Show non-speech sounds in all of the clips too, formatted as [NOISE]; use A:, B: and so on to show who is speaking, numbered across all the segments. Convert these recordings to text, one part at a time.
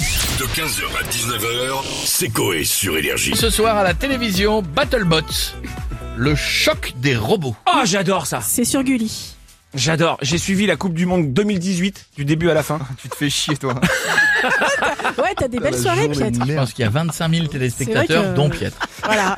A: De 15h à 19h, c'est Coé sur
B: [LAUGHS]
A: Énergie.
B: Ce soir à la télévision, BattleBots. Le choc des robots.
C: Oh, j'adore ça
D: C'est sur Gulli.
C: J'adore. J'ai suivi la Coupe du Monde 2018, du début à la fin.
E: Tu te fais chier, toi.
D: Ouais, t'as des belles soirées, Pietre.
B: Je pense qu'il y a 25 000 téléspectateurs,
D: C'est vrai que-
B: dont Pietre.
D: Voilà.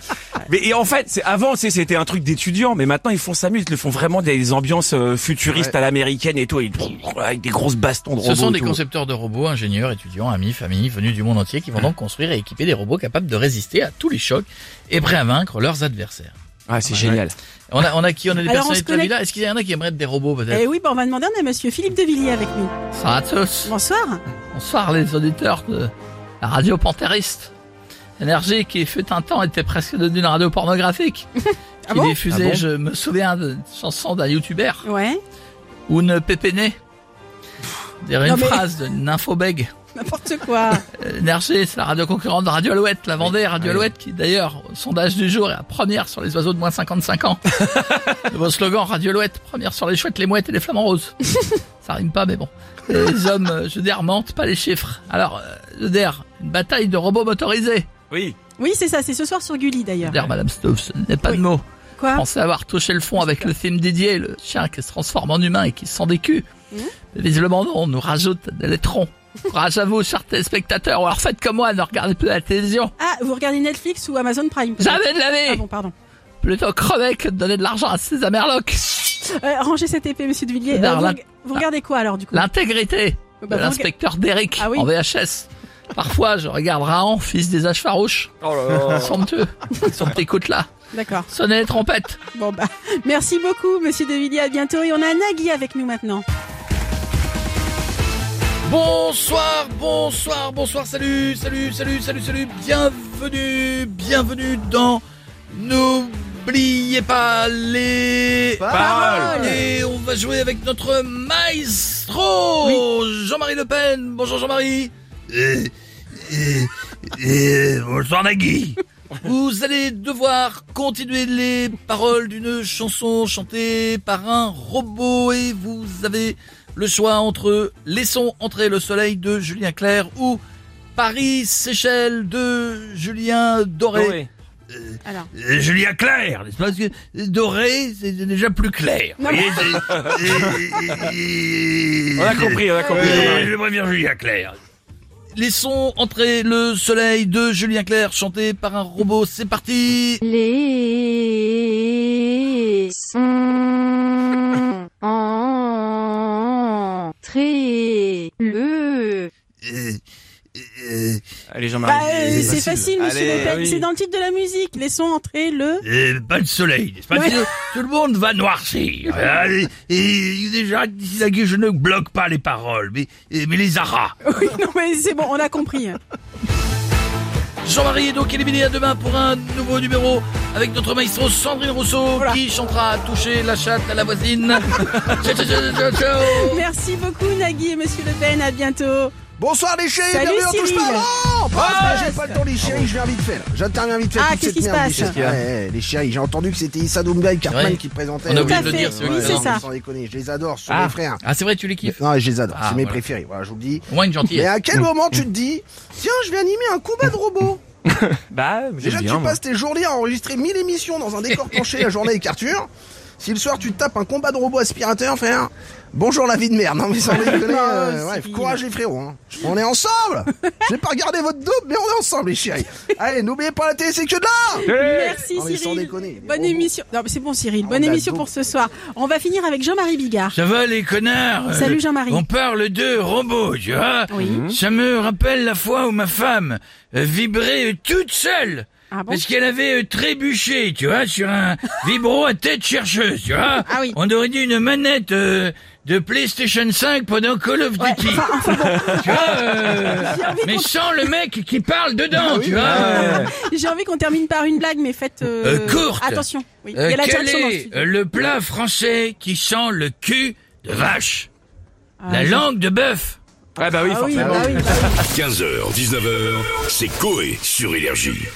C: Mais et en fait, c'est avant, c'est- c'était un truc d'étudiants, mais maintenant ils font ça mieux, ils le font vraiment des ambiances euh, futuristes
E: Ouais.
C: à l'américaine et tout, et- avec des grosses bastons de robots.
B: Ce sont
C: et
B: des
C: tout.
B: concepteurs de robots, ingénieurs, étudiants, amis, familles, venus du monde entier qui vont donc construire et équiper des robots capables de résister à tous les chocs et prêts à vaincre leurs adversaires.
C: Ah, c'est génial.
B: On a, on a qui On a des
D: Alors, on
B: personnes
D: se
B: de la villa Est-ce qu'il y en a qui aimeraient être des robots peut-être
D: Eh oui, bah, on va demander à monsieur Philippe Devilliers avec nous.
B: Ça à tous.
D: Bonsoir.
B: Bonsoir les auditeurs de la radio pantériste. Énergie qui fut un temps était presque devenue une radio pornographique. Qui
D: [LAUGHS] Ah bon
B: diffusait,
C: Ah bon
B: je me souviens, de chanson d'un youtubeur
D: Ouais,
B: ou une pépénée. Dire une
D: Non, mais-
B: phrase d'une infobègue.
D: n'importe quoi.
B: Énergie, c'est la radio concurrente de Radio Alouette, la Vendée,
D: ah
B: Radio Alouette, qui d'ailleurs, au sondage du jour, est la première sur les oiseaux de moins 55
D: [LAUGHS]
B: ans. Vos slogans, Radio Alouette, première sur les chouettes, les mouettes et les flamants roses. Ça rime pas, mais bon. Les hommes, euh, je veux dire, mentent pas les chiffres. Alors, euh, je veux dire, une bataille de robots motorisés.
C: Oui.
D: Oui, c'est ça, c'est ce soir sur Gulli
B: Je veux
D: d'ailleurs.
B: dire, Madame Stove, ce n'est pas
D: Oui.
B: de mots.
D: Quoi
B: Pensez avoir touché le fond avec le film Didier, le chien qui se transforme en humain et qui se sent des culs.
D: Mmh.
B: Mais Visiblement, non, on nous rajoute des
D: [LAUGHS]
B: lettrons. Courage à vous, chers téléspectateurs, ou alors faites comme moi, ne regardez plus la télévision.
D: Ah, vous regardez Netflix ou Amazon Prime peut-être
B: Jamais de la vie
D: Ah bon, pardon.
B: Plutôt crever que de donner de l'argent à ces amerlocs.
D: Euh, rangez cette épée, monsieur Devilliers.
B: Non,
D: Euh, vous,
B: là-
D: reg- vous regardez quoi alors du coup
B: L'intégrité
D: Bah,
B: de
D: vous rega-
B: l'inspecteur Derrick
D: Ah oui.
B: en VHS. Parfois, je regarde Raon, fils des âges farouches. Somptueux. Sur tes côtes là.
D: D'accord.
B: Sonnez les trompettes.
D: Bon bah, [LAUGHS] merci beaucoup, monsieur Devilliers. À bientôt. Et on a Nagui avec nous maintenant.
B: Bonsoir, bonsoir, bonsoir, salut, salut, salut, salut, salut, bienvenue, bienvenue dans N'oubliez pas les
D: Parole.
B: Et on va jouer avec notre maestro Jean-Marie Le Pen. Bonjour Jean-Marie. bonsoir Nagui. Vous allez devoir continuer les paroles d'une chanson chantée par un robot et vous avez le choix entre Laissons entrer le soleil de Julien Clerc ou Paris-Séchelles de Julien Doré.
C: Doré.
D: Alors,
B: Euh, Julien Clerc, n'est-ce pas Parce que euh, Doré, c'est déjà plus clair. Vous
D: Non, mais-
B: voyez, c'est-
C: On a compris, on a compris.
B: Euh, Je préfère Julien Clerc. Laissons entrer le soleil de Julien Clerc, chanté par un robot. C'est parti
F: Les entrer le
B: Euh, euh,
C: Allez,
D: bah,
C: Jean-Marie.
D: euh, c'est facile, monsieur
E: Allez,
D: Le Pen.
C: ah oui.
D: C'est dans le titre de la musique. Laissons entrer le. [LAUGHS]
B: Euh, pas de soleil, n'est-ce pas
D: Ouais.
B: Sinon, Tout le monde va noircir. Allez, et, déjà, d'ici là, je ne bloque pas les paroles, mais, et- mais les aras.
D: Oui, non mais c'est bon, on a compris.
B: Jean-Marie est donc éliminé à demain pour un nouveau numéro avec notre maestro Sandrine Rousseau
D: Voilà.
B: qui chantera à toucher la chatte à la voisine. [LAUGHS] ciao, ciao, ciao, ciao, ciao.
D: Merci beaucoup Nagui et Monsieur Le Pen, à bientôt.
E: Bonsoir les chéris,
D: Salut,
E: bienvenue, Eh, on touche
D: Cyril.
E: pas avant Parce que J'ai pas le temps les chéris, je viens vite faire. J'interviens vite fait
D: Ah,
E: toute
D: qu'est-ce
E: cette
D: qui se
E: merde,
D: passe
E: les chéris. Ouais, les chéris, j'ai entendu que c'était Issa Doumbia et Cartman
B: Ouais.
E: qui présentaient.
B: On a oublié
D: de le dire, c'est vrai. Oui, c'est
E: non,
D: ça.
E: Sans déconner, je les adore, ce sont
C: Ah.
E: mes frères.
B: Ah, c'est vrai, tu les kiffes.
E: Non, je les adore,
B: Ah,
E: c'est mes
B: voilà.
E: préférés, voilà, je vous le dis.
B: Au moins une gentille.
E: Mais à quel moment tu te dis, tiens, je vais animer un combat de robots
C: Bah, j'aime
E: Déjà,
C: bien.
E: tu
C: moi.
E: passes tes journées à enregistrer 1000
C: [LAUGHS]
E: émissions dans un décor penché la journée avec Arthur. Si le soir tu te tapes un combat de robot aspirateur, frère, bonjour la vie de merde.
C: [LAUGHS]
E: Non, mais sans déconner, euh,
D: Oh,
E: ouais,
D: Cyril.
E: courage les frérots. hein. On est ensemble J'ai pas regardé votre daube, mais on est ensemble, les chéris. Allez, n'oubliez pas la télé, c'est que de là
D: Merci
E: Non, mais sans
D: Cyril.
E: déconner, les
D: Bonne
E: robots.
D: émission. Non mais c'est bon Cyril,
E: Ah,
D: bonne
E: on a
D: émission
E: beau-
D: pour ce soir. On va finir avec Jean-Marie Bigard.
B: Ça va les connards euh,
D: Salut, Jean-Marie.
B: On parle de robots, tu vois Mm-hmm.
D: Oui.
B: Ça me rappelle la fois où ma femme euh, vibrait euh, toute seule
D: Ah bon
B: parce qu'elle avait euh, trébuché, tu vois, sur un vibro à tête chercheuse, tu vois
D: Ah oui.
B: On aurait dit une manette euh, de PlayStation 5 pendant Call of Duty. [LAUGHS] Tu vois, euh, mais sans le mec qui parle
D: Ah
B: dedans, tu vois
D: bah
B: euh,
D: [LAUGHS] J'ai envie qu'on termine par une blague, mais faites euh,
B: Euh, courte.
D: attention. Oui,
B: euh,
D: il y a la
B: quel
D: direction dans le
B: est
D: studio.
B: euh, le plat français qui sent le cul de vache La langue de bœuf
C: Ah, bah oui,
D: Ah oui,
C: forcément.
D: bah oui, bah oui.
A: 15h, 19h, c'est Coé sur Énergie.